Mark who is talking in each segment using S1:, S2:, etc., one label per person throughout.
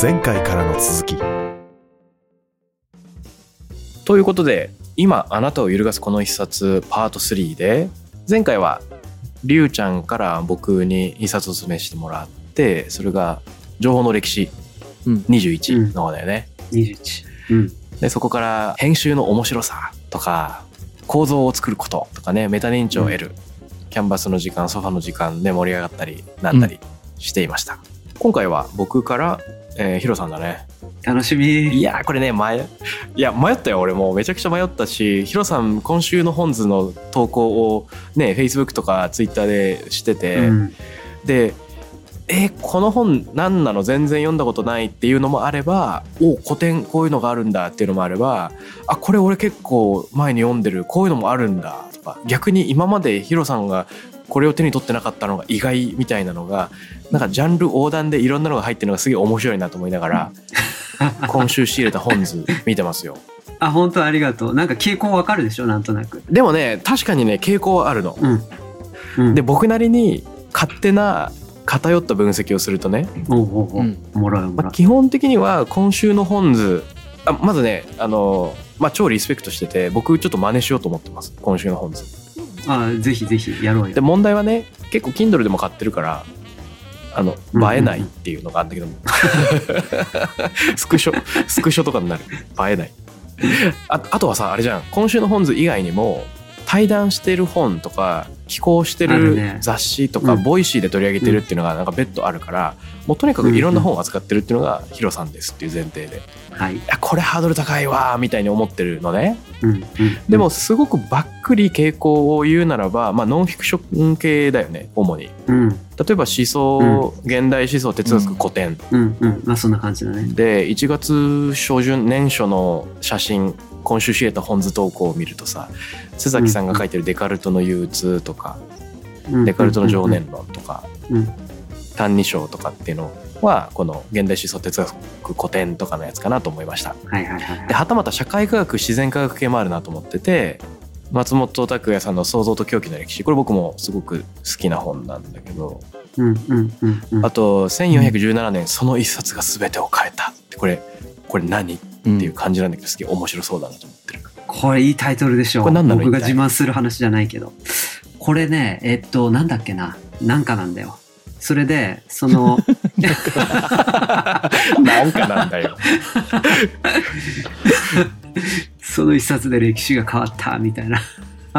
S1: 前回からの続き
S2: ということで今あなたを揺るがすこの一冊パート3で前回はりゅうちゃんから僕に一冊おすすめしてもらってそれが「情報の歴史
S3: うん
S2: 21」の方だよね。
S3: 21。うん。
S2: でそこから編集の面白さとか構造を作ることとかねメタ認知を得る、キャンバスの時間ソファの時間で盛り上がったりなんだりしていました。今回は僕から、えーヒロさんだね。
S3: 楽し
S2: い
S3: み。
S2: やーこれね迷いや迷ったよ俺もめちゃくちゃ迷ったしヒロさん今週の本図の投稿をね Facebook とか Twitter でしてて、
S3: うん
S2: でえーこの本何なの全然読んだことないっていうのもあればお古典こういうのがあるんだっていうのもあればあこれ俺結構前に読んでるこういうのもあるんだとか逆に今までヒロさんがこれを手に取ってなかったのが意外みたいなのがなんかジャンル横断でいろんなのが入ってるのがすげえ面白いなと思いなが ら今週仕入れた本図見てますよ
S3: あ、本当ありがとう。なんか傾向わかるでしょ、なんとなく。
S2: でもね確かにね傾向はあるの
S3: うん。うん、
S2: で僕なりに勝手な偏った分析をするとね
S3: おうおうおう、
S4: うん
S3: おもろいおも
S2: ま
S3: ろ
S2: あ、
S3: い。
S2: 基本的には今週の本図あまずねあの、まあ、超リスペクトしてて僕ちょっと真似しようと思ってます今週の本図
S3: あぜひぜひやろう
S2: で
S3: よ。
S2: 問題はね結構 Kindle でも買ってるからあの
S3: うんうんうん
S2: 映えないっていうのがあるんだけども、 スクショスクショとかになる映えないああとはさあれじゃん今週の本図以外にも対談してる本とか寄稿して
S3: ある
S2: る
S3: ね
S2: 雑誌とか、
S3: うん
S2: ボイシーで取り上げてるっていうのがなんか別途あるから、もうとにかくいろんな本を扱ってるっていうのがヒロさんですっていう前提で
S3: はい。
S2: いやこれハードル高いわーみたいに思ってるのね
S3: うん、うん。
S2: でもすごくばっくり傾向を言うならば、まあ、ノンフィクション系だよね主に
S3: うん、うん、
S2: 例えば思想、現代思想哲学古典
S3: うん、うん。まあそんな感じだね。
S2: で1月初旬年初の写真今週知れた本図投稿を見るとさ須崎さんが書いてる「デカルトの憂鬱」とか
S3: う
S2: 「
S3: ん
S2: デカルトの情。念論」とか
S3: うんうん
S2: 「歎異抄」とかっていうのはこの現代思想哲学古典とかのやつかなと思いました。
S3: うんはいはいはいはい。
S2: ではたまた社会科学自然科学系もあるなと思ってて松本拓也さんの「創造と狂気の歴史」これ僕もすごく好きな本なんだけど
S3: うん、うん、うん、うん
S2: あ。と1417年「その一冊が全てを変えた」ってこれこれ何って
S4: うん
S2: いう感じなんだけどすげえ面白そうだなと思ってる。
S3: これいいタイトルでしょ
S2: これ何なの
S3: 僕が
S2: 一体
S3: 自慢する話じゃないけどこれねえっとなんだっけななんかなんだよそれでそ の
S2: なんかなんだよ。
S3: その一冊で歴史が変わったみたいな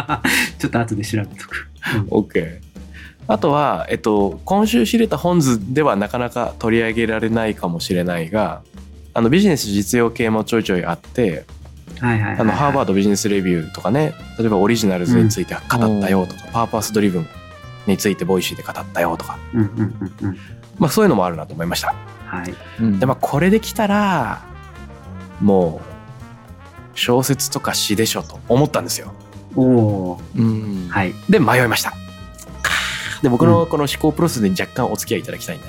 S3: ちょっと後で調べとく、
S2: OK あとは、えっと、今週知れた本図ではなかなか取り上げられないかもしれないがあのビジネス実用系もちょいちょいあって
S3: はいはいはい、
S2: あのハーバー
S3: ー
S2: ドビジネスレビューとかね例えばオリジナルズについて語ったよとか、パーパスドリブンについてボイシーで語ったよとか、
S3: ドうんうんうんうん
S2: まあ、そういうのもあるなと思いました
S3: はい
S4: うん
S2: でまあこれできたらもう小説とか詩でしょと思ったんですよ
S3: おおー
S4: うん
S3: はい
S2: で迷いましたで僕のこの思考プロセスに若干お付き合いいただきたいん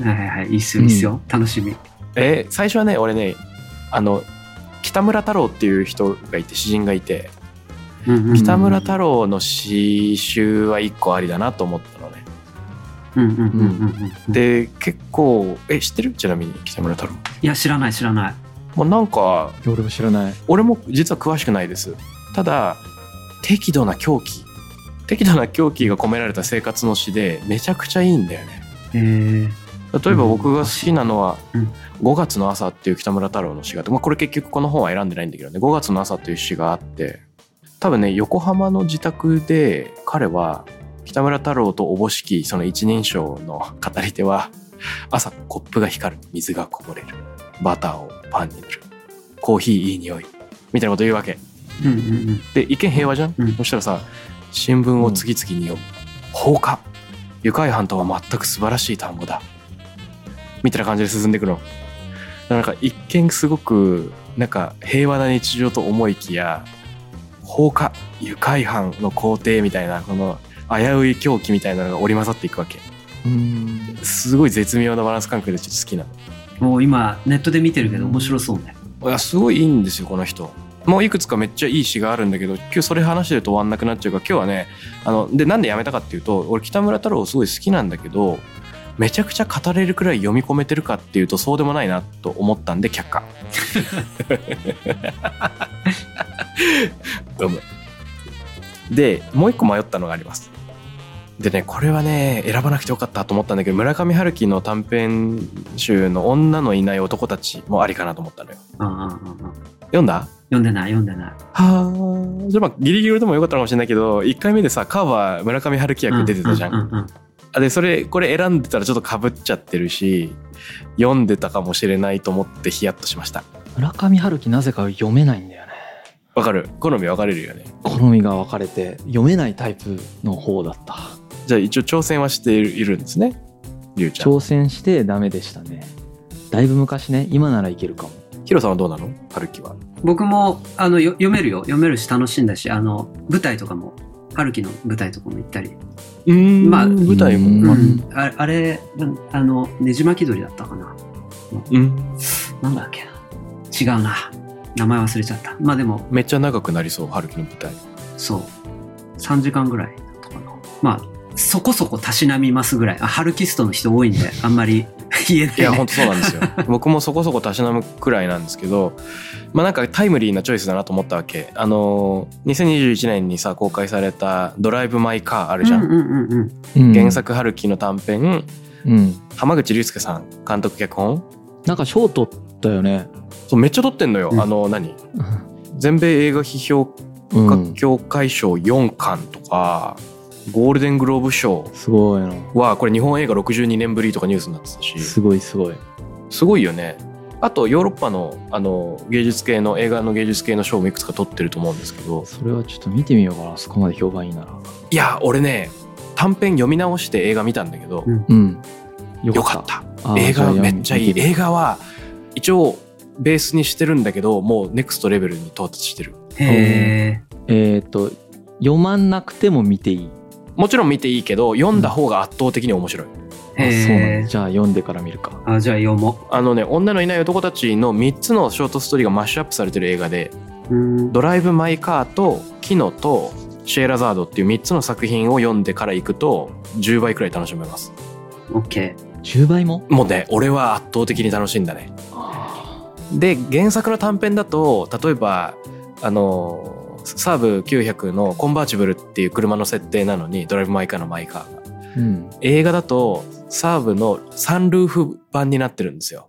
S2: だな、
S3: はいはいはいいいっすよいいっすよ、楽しみ
S2: えー最初はね俺ねあの北村太郎っていう人がいて詩人がいて
S3: うんうんうん
S2: 北村太郎の詩集は一個ありだなと思ったのね
S3: うんうんうんうんうんで
S2: で結構え知ってるちなみに北村太郎
S3: いや知らない知らない
S2: もうなんか
S4: 俺も知らない
S2: 俺も実は詳しくないですただ適度な狂気適度な狂気が込められた生活の詩でめちゃくちゃいいんだよね
S3: えー、
S2: 例えば僕が好きなのは
S3: うん
S2: 「5月の朝」っていう北村太郎の詩があって、まあ、これ結局この本は選んでないんだけどね「5月の朝」っていう詩があって多分ね横浜の自宅で彼は北村太郎とおぼしきその一人称の語り手は朝コップが光る水がこぼれるバターをパンに塗るコーヒーいい匂いみたいなこと言うわけ
S3: うんうんうん
S2: で一見平和じゃん、
S3: うん
S2: そしたらさ新聞を次々に読む、放火愉快犯とは全く素晴らしい単語だみたいな感じで進んでいくのなんか一見すごくなんか平和な日常と思いきや放火愉快犯の皇帝みたいなこの危うい狂気みたいなのが織り交ざっていくわけ
S4: うん
S2: すごい絶妙なバランス感覚でちょっと好きなの
S3: もう今ネットで見てるけど面白そうね
S2: いやすごいいいんですよこの人もういくつかめっちゃいい詩があるんだけど今日それ話してると終わんなくなっちゃうから今日はねあのでなんでやめたかっていうと俺北村太郎すごい好きなんだけどめちゃくちゃ語れるくらい読み込めてるかっていうとそうでもないなと思ったんで却下うむでもう一個迷ったのがありますでねこれはね選ばなくてよかったと思ったんだけど村上春樹の短編集の「女のいない男たち」もありかなと思ったのよ
S3: うんうんうんうん
S2: 読んだ
S3: 読んでない読んでない
S2: はあじゃあまあギリギリでもよかったのかもしれないけど1回目でさカーバー村上春樹役出てたじゃん,、
S3: ううううん
S2: あでそれこれ選んでたらちょっとかぶっちゃってるし読んでたかもしれないと思ってヒヤッとしました
S1: 村上春樹なぜか読めないんだよね
S2: わかる好み分かれるよね
S1: 好みが分かれて読めないタイプの方だった
S2: じゃあ一応挑戦はしているいるんですねりゅうちゃん
S1: 挑戦してダメでしたねだいぶ昔ね今ならいけるかも
S2: ヒロさんはどうなの春樹は
S3: 僕もあのよ読めるよ読めるし楽しんだしあの舞台とかも春樹の舞台とかも行ったり、
S2: うん
S3: まあ
S2: 舞台
S1: うん
S2: も
S3: うんああれなんあのねじ巻き鳥だったかな
S2: うん
S3: なんだっけな違うな名前忘れちゃったまあでも
S2: めっちゃ長くなりそう春樹の舞台
S3: そう3時間ぐらいだったかなまあそこそこたしなみますぐらいあ春樹ストの人多いんであんまり 言えない
S2: いや本当そうなんですよ僕もそこそこたしなむくらいなんですけどまあなんかタイムリーなチョイスだなと思ったわけあの2021年にさ公開された「ドライブ・マイ・カー」あるじゃん、
S3: うんうんうんうん
S1: うん
S2: 原作春樹の短編
S1: うん
S2: 浜口竜介さん監督脚本
S1: なんか賞取ったよね
S2: そうめっちゃ撮ってんのよ、
S3: うん
S2: あの何全米映画批評
S1: う
S2: 家
S1: ん
S2: 協会賞4冠とか、ゴールデングローブ賞
S1: すごいな
S2: はこれ日本映画62年ぶりとかニュースになってたし
S1: すごいすごい
S2: すごいよねあとヨーロッパのあの芸術系の映画の芸術系の賞もいくつか取ってると思うんですけど
S1: それはちょっと見てみようかなそこまで評判いいなら
S2: いや俺ね短編読み直して映画見たんだけど、
S3: うん
S1: うんよ
S2: よかった
S1: あー
S2: 映
S1: じ
S2: 画
S1: あ
S2: めっちゃい
S1: 見
S2: い
S1: てみよ
S2: 映画は一応ベースにしてるんだけどもうネクストレベルに到達してる
S3: へえ
S1: うえっと読まなくても見ていい
S2: もちろん見ていいけど読んだ方が圧倒的に面白い、
S1: あそうなん
S3: へ
S1: だ
S3: え
S1: じゃあ読んでから見るか
S3: あじゃあ読も
S2: あのね女のいない男たちの3つのショートストーリーがマッシュアップされてる映画で
S3: うう
S2: 「
S3: ん
S2: ドライブ・マイ・カー」と「キノ」と「シェーラザード」っていう3つの作品を読んでから行くと10倍くらい楽しめます
S3: オッケ
S1: 10倍も
S2: もうね俺は圧倒的に楽しいんだねで原作の短編だと例えばあのサーブ900のコンバーチブルっていう車の設定なのにドライブ・マイ・カーのマイ・カーが
S1: うん
S2: 映画だとサーブのサンルーフ版になってるんですよ。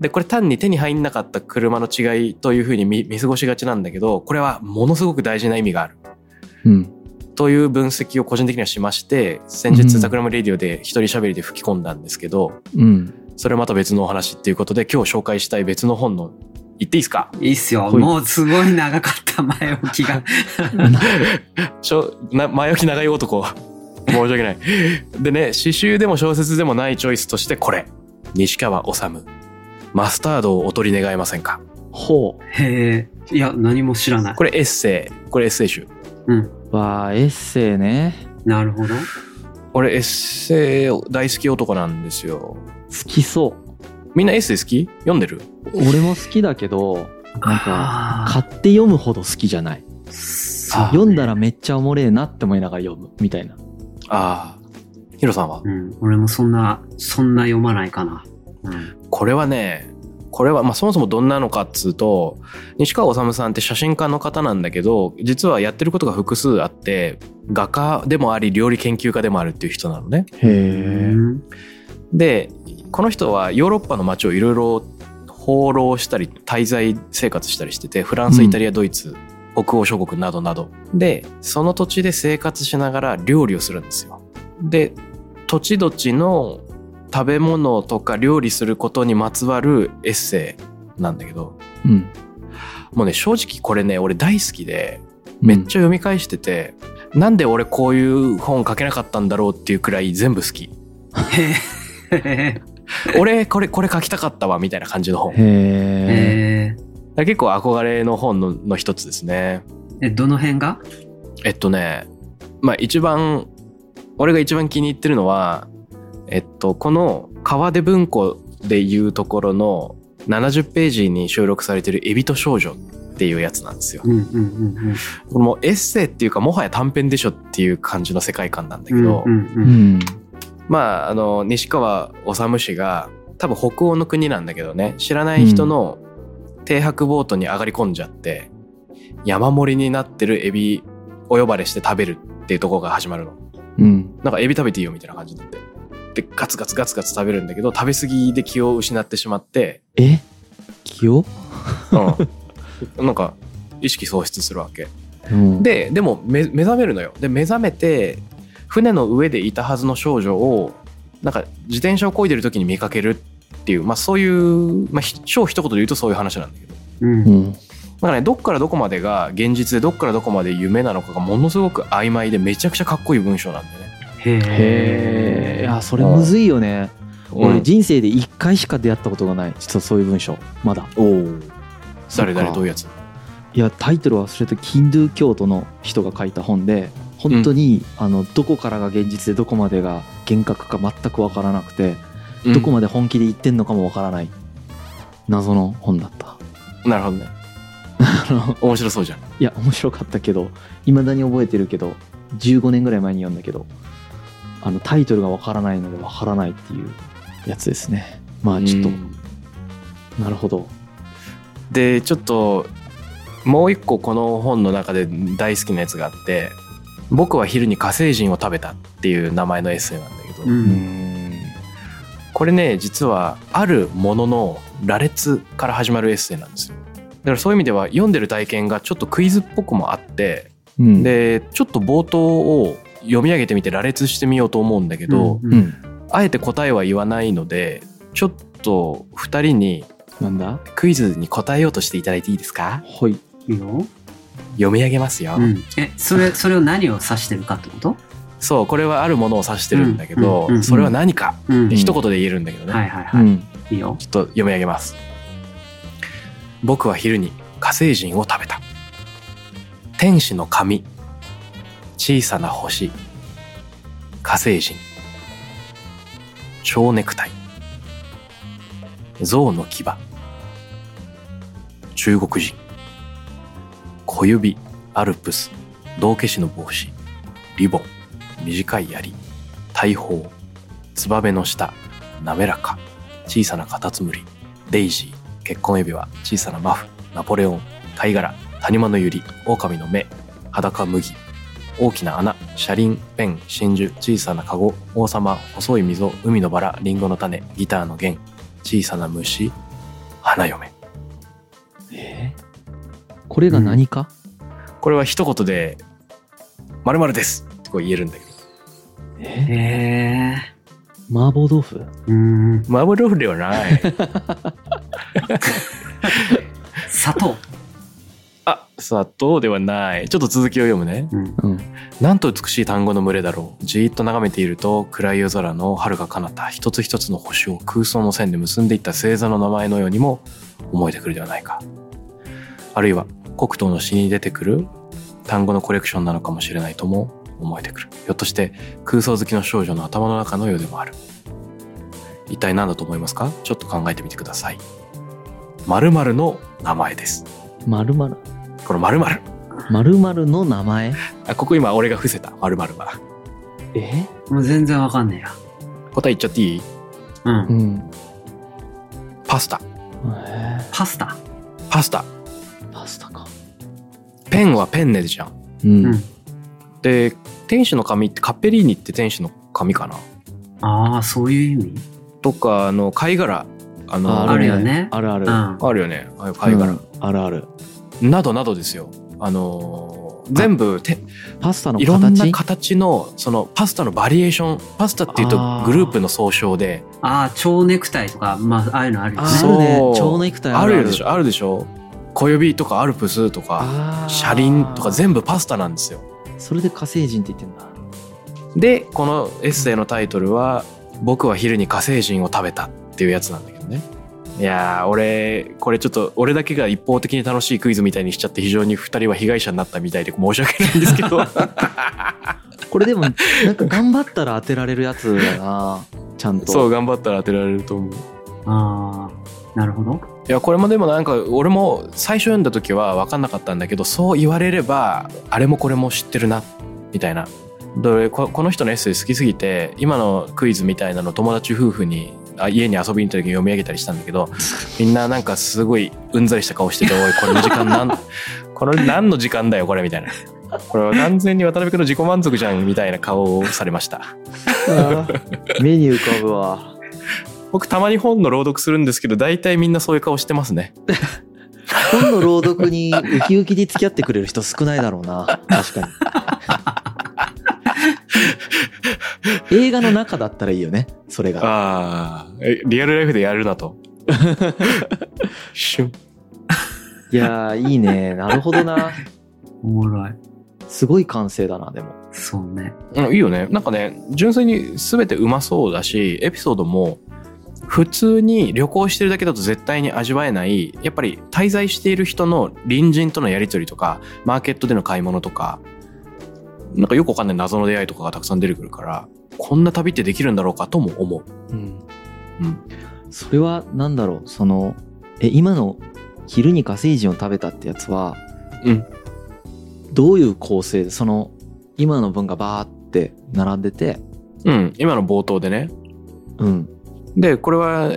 S2: でこれ単に手に入んなかった車の違いというふうに見見過ごしがちなんだけどこれはものすごく大事な意味がある
S1: うん
S2: という分析を個人的にはしまして先
S1: う
S2: 日
S1: ん
S2: 桜間レディオで一人喋りで吹き込んだんですけど
S1: うん
S2: それはまた別のお話っていうことで今日紹介したい別の本の言っていいですか
S3: ーいいっすよ
S1: ほい
S3: もうすごい長かった前置きが
S2: しょな前置き長い男 申し訳ないでね詩集でも小説でもないチョイスとしてこれ西川治マスタードをお取り願えませんか
S1: ほ
S3: へえいや何も知らない
S2: これエッセイこれエッセイ集
S1: うわあエッセイね
S3: なるほど
S2: 俺エッセイ大好き男なんですよ
S1: 好きそう
S2: みんなエッセイ好き読んでる
S1: 俺も好きだけどなんか
S3: あ
S1: 買って読むほど好きじゃない
S3: ーそう
S2: あ
S1: 読んだらめっちゃおもれえなって思いながら読むみたいな
S2: ああヒロさんは
S3: うん、俺もそんなそんな読まないかな、うん、
S2: これはねこれは、まあ、そもそもどんなのかっつうと西川治さんって写真家の方なんだけど実はやってることが複数あって画家でもあり料理研究家でもあるっていう人なのね
S1: へ
S3: うん
S2: でこの人はヨーロッパの街をいろいろ放浪したり滞在生活したりしててフランス
S1: うん
S2: イタリアドイツ、北欧諸国などなどでその土地で生活しながら料理をするんですよで土地土地の食べ物とか料理することにまつわるエッセイなんだけど
S1: うん
S2: もうね正直これね俺大好きでめっちゃ読み返してて、なんで俺こういう本書けなかったんだろうっていうくらい全部好き
S3: へえ
S2: 俺これこれ書きたかったわみたいな感じの本
S1: ゃへえ
S3: へー
S2: だから結構憧れの本のの一つですね。
S3: えどの辺が
S2: えっとね、まあ一番、俺が一番気に入ってるのは、えっと、この川出文庫でいうところの70ページに収録されてるエビと少女っていうやつなんですよ。
S3: うんうんうんうん
S2: これもうエッセイっていうかもはや短編でしょっていう感じの世界観なんだけ
S3: うん
S2: ど、
S3: うんう
S1: うんん
S2: まあ、あの西川治氏が多分北欧の国なんだけどね知らない人の停泊ボートに上がり込んじゃって、山盛りになってるエビお呼ばれして食べるっていうところが始まるの
S1: うん。
S2: なんかエビ食べていいよみたいな感じになってでガツガツガツガツ食べるんだけど食べ過ぎで気を失ってしまって、
S1: え気を
S2: うん、なんか意識喪失するわけ
S1: うん。
S2: ででも目目覚めるのよで目覚めて船の上でいたはずの少女をなんか自転車を漕いでる時に見かけるっていう、まあ、そういう、まあ、ひ超一言で言うとそういう話なんだけど
S3: うん
S1: う。ん。
S2: だからねどっからどこまでが現実でどっからどこまで夢なのかがものすごく曖昧でめちゃくちゃかっこいい文章なんだよね。
S1: へえ。い
S3: へえ。
S1: や、それむずいよね。
S2: う
S1: 俺、
S2: ん
S1: 人生で一回しか出会ったことがない。実はそういう文章。まだ。
S2: おー誰
S1: そっ
S2: 誰
S1: か
S2: どういうやつ
S1: いやタイトルはそれとヒンドゥー教徒の人が書いた本で本当に、あのどこからが現実でどこまでが幻覚か全く分からなくて、どこまで本気で言ってんのかも分からない謎の本だった
S2: うんなるほ どね
S1: あの
S2: 面白そうじゃん。
S1: いや面白かったけどいまだに覚えてるけど15年ぐらい前に読んだけどあのタイトルが分からないので分からないっていうやつですねまあちょっと、
S2: うん
S1: なるほど
S2: でちょっともう一個この本の中で大好きなやつがあって「僕は昼に火星人を食べた」っていう名前のエッセイなんだけど、
S1: う
S3: うん。
S1: ん
S2: これね実はあるものの羅列から始まるエッセイなんですよ。だからそういう意味では読んでる体験がちょっとクイズっぽくもあって
S1: うん
S2: でちょっと冒頭を読み上げてみて羅列してみようと思うんだけど、
S3: う。
S1: うんん
S2: あえて答えは言わないのでちょっと2人に
S1: なんだ
S2: クイズに答えようとしていただいていいですか
S1: ほい
S3: いいよ。
S2: 読み上げますよ。
S3: うん。え、それ、それを何を指してるかってこと
S2: そうこれはあるものを指してるんだけど、
S3: うんうんうん
S2: それは何か
S3: うん。
S2: って一言で言えるんだけどね、
S3: はいはいは
S1: う
S3: い。
S1: ん
S3: いいよ。
S2: ちょっと読み上げます僕は昼に火星人を食べた天使の髪小さな星火星人蝶ネクタイ象の牙中国人小指アルプス道化師の帽子リボン短い槍大砲ツバメの下滑らか小さなカタツムリデイジー結婚指輪小さなマフナポレオン貝殻谷間の百合狼の目裸麦大きな穴車輪ペン真珠小さなカゴ王様細い溝海のバラリンゴの種ギターの弦小さな虫花嫁
S1: えこれが何か、
S2: これは一言で「まるです」ってこう言えるんだけど
S1: え
S3: へえ。
S1: 麻婆豆腐
S3: うん。
S2: マブルーフではない
S3: 砂糖。
S2: あ砂糖ではないちょっと続きを読むね
S3: うん。
S1: うん
S2: なんと美しい単語の群れだろう。じーっと眺めていると、暗い夜空の遥か彼方、一つ一つの星を空想の線で結んでいった星座の名前のようにも思えてくるではないか。あるいは、黒糖の詩に出てくる単語のコレクションなのかもしれないとも思えてくる。ひょっとして、空想好きの少女の頭の中のようでもある。一体何だと思いますかちょっと考えてみてください。〇〇の名前です。
S1: まるまる
S2: この〇〇。
S1: まるまるの名前
S2: あ、ここ今俺が伏せた。〇〇は。
S1: え
S3: もう全然わかんねえや。
S2: 答え言っちゃっていい
S3: うん。
S1: うん
S2: パスタ。
S1: えー
S3: パスタ。
S2: パスタ
S1: パスタか
S2: ペンはペンネじゃん
S1: うん、
S3: うん
S2: で天使の髪ってカッペリーニって天使の髪かな
S3: ああ、そういう意味
S2: とかあの貝殻あの
S3: あるよね
S1: あるある、
S3: うん。
S2: あるよねああいう貝
S1: う
S2: 殻、
S1: んあるある
S2: などなどですよあのー全部て
S1: パスタの
S2: いろんな
S1: 形
S2: 形のそのパスタのバリエーションパスタっていうと
S1: あー
S2: グループの総称で
S3: ああ、蝶ネクタイとか、まあ、ああいうのあるよ
S1: あ
S3: ね。
S1: るね
S2: そう
S1: 蝶ネクタイ
S2: あ
S1: ある
S2: るでしょあるでしょ小指とかアルプスとか
S1: あー
S2: 車輪とか全部パスタなんですよ
S1: それで火星人って言ってんだ
S2: でこのエッセイのタイトルは「僕は昼に火星人を食べた」っていうやつなんだけどねいやー俺これちょっと俺だけが一方的に楽しいクイズみたいにしちゃって非常に2人は被害者になったみたいで申し訳ないんですけど
S1: こ れでもなんか頑張ったら当てられるやつだなちゃんと
S2: そう
S1: う
S2: 頑張ったら当てられると思う
S3: ああ、なるほど。
S2: いやこれもでもなんか俺も最初読んだ時は分かんなかったんだけどそう言われればあれもこれも知ってるなみたいなでここの人のエッセイ好きすぎて今のクイズみたいなの友達夫婦にあ家に遊びに行った時に読み上げたりしたんだけ どみんななんかすごいうんざりした顔してて「おいこれの時間なん これ何の時間だよこれ」みたいな。これは完全に渡辺君の自己満足じゃんみたいな顔をされました
S1: 目に浮かぶわ
S2: 僕たまに本の朗読するんですけど大体みんなそういう顔してますね
S1: 本の朗読にウキウキで付き合ってくれる人少ないだろうな確かに映画の中だったらいいよねそれが
S2: ああえリアルライフでやる なとシュン
S1: いやーいいねなるほどな
S3: おもろい。
S1: すごい完成だなでも
S3: そうね。
S2: うんいいよねなんかね純粋に全てうまそうだしエピソードも普通に旅行してるだけだと絶対に味わえないやっぱり滞在している人の隣人とのやり取りとかマーケットでの買い物とかなんかよくわかんない謎の出会いとかがたくさん出てくるからこんな旅ってできるんだろうかとも思う。
S1: うん
S2: うん
S1: それは何だろうそのえ今の昼に火星人を食べたってやつは、
S2: うん
S1: どういう構成でその今の文がバーって並んでて
S2: うん、今の冒頭でね
S1: うん
S2: でこれは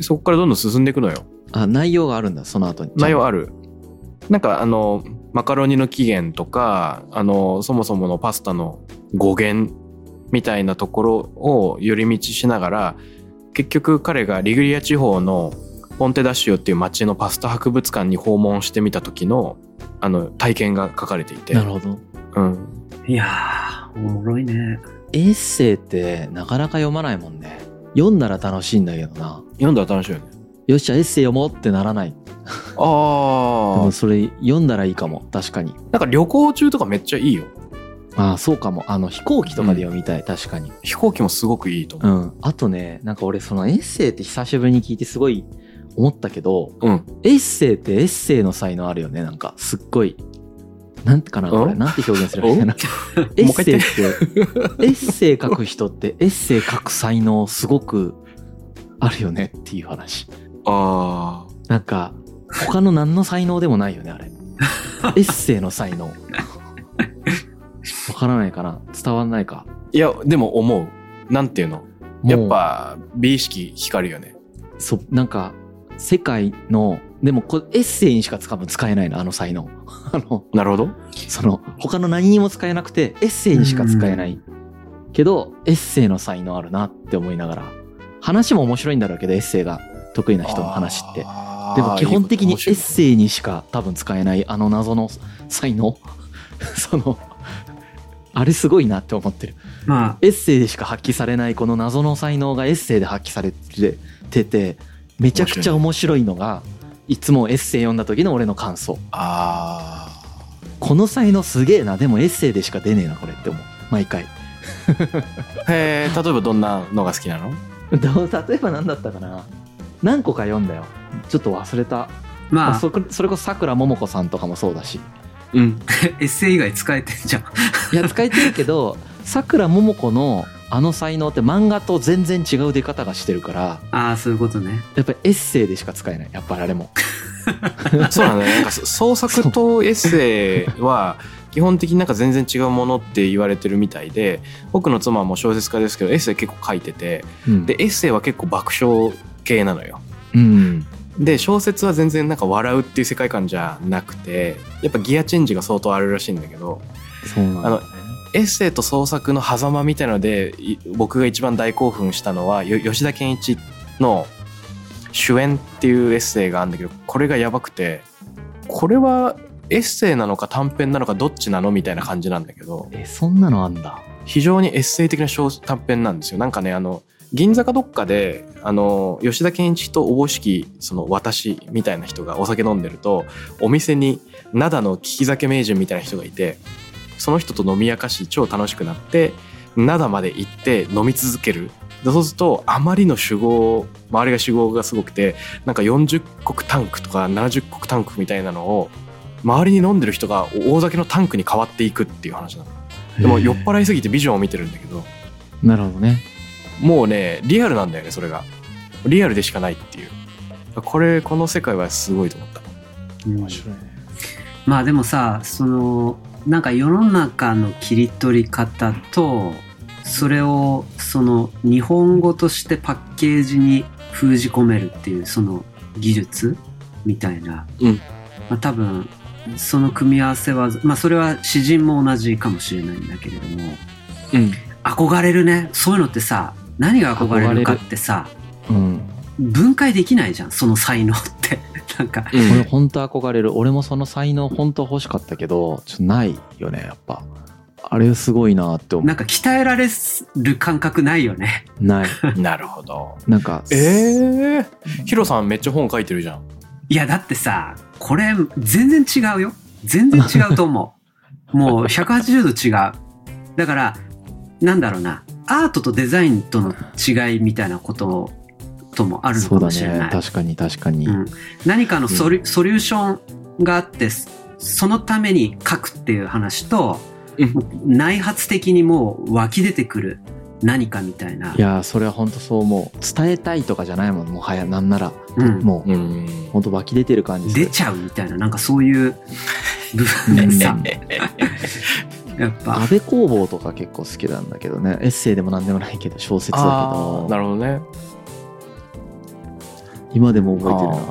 S2: そこからどんどん進んでいくのよ。
S1: あ内容があるんだその後に
S2: 内容
S1: あ
S2: あるなんかあのマカロニの起源とかあのそもそものパスタの語源みたいなところを寄り道しながら結局彼がリグリア地方のポンテダッシオっていう町のパスタ博物館に訪問してみた時のあの体験が書かれていて
S1: なるほど
S2: うん、
S3: いやー、おもろいね。
S1: エッセイってなかなか読まないもんね読んだら楽しいんだけどな
S2: 読んだら楽しいよね
S1: よっしゃエッセイ読もうってならないで
S2: あ
S1: もそれ読んだらいいかも確かに
S2: あんか旅行中とかめっちゃいいよ
S1: ああそうかもあの飛行機とかで読みたい、確かに
S2: 飛行機もすごくいいと
S1: う、
S2: 思うん
S1: あとねなんか俺そのエッセイって久しぶりに聞いてすごい思ったけど
S2: うん
S1: エッセイってエッセイの才能あるよねなんかすっごいなんてかな
S2: お
S1: これなんて表現すればいいかな エッセイってエッセイ書く人ってエッセイ書く才能すごくあるよねっていう話
S2: ああ
S1: なんか他の何の才能でもないよねあれ エッセイの才能わからないかな伝わんないか
S2: いやでも思うなんていうの
S1: も
S2: や
S1: う
S2: っぱ美意識光るよね。
S1: そうなんか世界のでもこエッセイにしか使う使えないのあの才能あの
S2: なるほど。
S1: その他の何にも使えなくてエッセイにしか使えないけどエッセイの才能あるなって思いながら話も面白いんだろうけどエッセイが得意な人の話って
S2: あー。
S1: でも基本的にエ
S2: いいこと
S1: ッセイにしか多分使えないあの謎の才能 そのあれすごいなって思ってる
S3: ま
S1: エッセイでしか発揮されないこの謎の才能がエッセイで発揮されててめちゃくちゃ面白いのがいつもエッセイ読んだ時の俺の感想
S2: ああ。
S1: この才能すげえなでもエッセイでしか出ねえなこれって思う毎回
S2: へえ、例えばどんなのが好きなの
S1: どう例えば何だったかな何個か読んだよちょっと忘れた
S3: あ、まあ、
S1: そこそれこそさくらももこさんとかもそうだし
S2: うん。
S3: エッセイ以外使えてんじゃん。
S1: いや使えてるけ どさくらももこのあの才能って漫画と全然違う出方がしてるから
S3: ああ、そういうことね。
S1: やっぱりエッセイでしか使えないやっぱりあれも
S2: そうなんだね。なんかそ創作とエッセイは、基本的になんか全然違うものって言われてるみたいで僕の妻も小説家ですけどエッセイ結構書いてて
S1: うん
S2: でエッセイは結構爆笑系なのよ
S1: うん
S2: で小説は全然なんか笑うっていう世界観じゃなくてやっぱギアチェンジが相当あるらしいんだけど
S1: そうなんだ、ね
S2: あのエッセイと創作の狭間みたいのでい僕が一番大興奮したのはよ吉田健一の「主演」っていうエッセイがあるんだけどこれがやばくてこれはエッセイなのか短編なのかどっちなのみたいな感じなんだけど
S1: えそんなのあんだ
S2: 非常にエッセイ的な小短編なんですよ。なんかねあの銀座かどっかであの吉田健一とおぼしきその私みたいな人がお酒飲んでるとお店に灘の利き酒名人みたいな人がいてその人と飲み明かし超楽しくなって灘まで行って飲み続けるでそうするとあまりの酒豪周りが酒豪がすごくてなんか40国タンクとか70国タンクみたいなのを周りに飲んでる人が大酒のタンクに変わっていくっていう話なの。でも酔っ払いすぎてビジョンを見てるんだけど
S1: なるほどね
S2: もうねリアルなんだよねそれがリアルでしかないっていうこれこの世界はすごいと思った
S3: うんまあでもさ、その、なんか世の中の切り取り方とそれをその日本語としてパッケージに封じ込めるっていうその技術みたいな、
S2: うん
S3: まあ、多分その組み合わせは、まあ、それは詩人も同じかもしれないんだけれども
S2: うん
S3: 憧れるねそういうのってさ何が憧れるかってさ
S1: うん、
S3: 分解できないじゃんその才能って なんか
S2: う
S1: 俺
S2: ん
S1: 本当憧れる俺もその才能本当欲しかったけどちょっとないよねやっぱあれすごいなって思
S3: なんか鍛えられる感覚ないよね
S1: うない
S2: なるほど
S1: なん か
S2: ええヒロさんめっちゃ本書いてるじゃん
S3: いやだってさこれ全然違うよ全然違うと思 うもう180度違うだからなんだろうなアートとデザインとの違いみたいなことともあるの
S1: そ
S3: か
S1: うだ
S3: もしれない
S1: ね確かに確かに、
S3: うん何かのソリ,、ソリューションがあってそそのために書くっていう話と、内発的にもう湧き出てくる何かみたいない
S1: やーそれは本当そう思う伝えたいとかじゃないもんもはやなんなら、
S3: うん
S1: もう
S2: うん
S1: 本当湧き出てる感じす
S3: 出
S1: る
S3: ちゃうみたいななんかそういう部
S1: う
S3: 分
S1: ん
S3: さやっぱ
S1: 安倍工房とか結構好きなんだけどねエッセイでも何でもないけど小説だけ
S2: ああ
S1: ど
S2: なるほどね
S1: 今でも覚えてるなや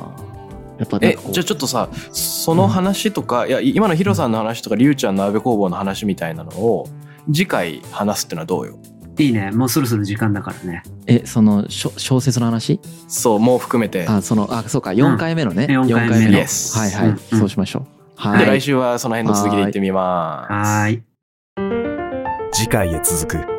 S1: っぱなん
S2: え
S1: かこう
S2: じゃあちょっとさその話とか、いや今のヒロさんの話とかリュウちゃんの安部工房の話みたいなのを次回話すってのはどうよ
S3: いいねもうそろそろ時間だからね
S1: えそのしょ小説の話
S2: そうもう含めて
S1: あそのあそうか4回目のね、
S3: うん
S1: 四
S3: 四回目
S1: の
S2: Yes
S1: はいはい、
S3: うんうん
S1: そうしましょうは
S2: で
S1: い
S2: 来週はその辺の続きでいってみます
S3: はーい
S4: 次回へ続く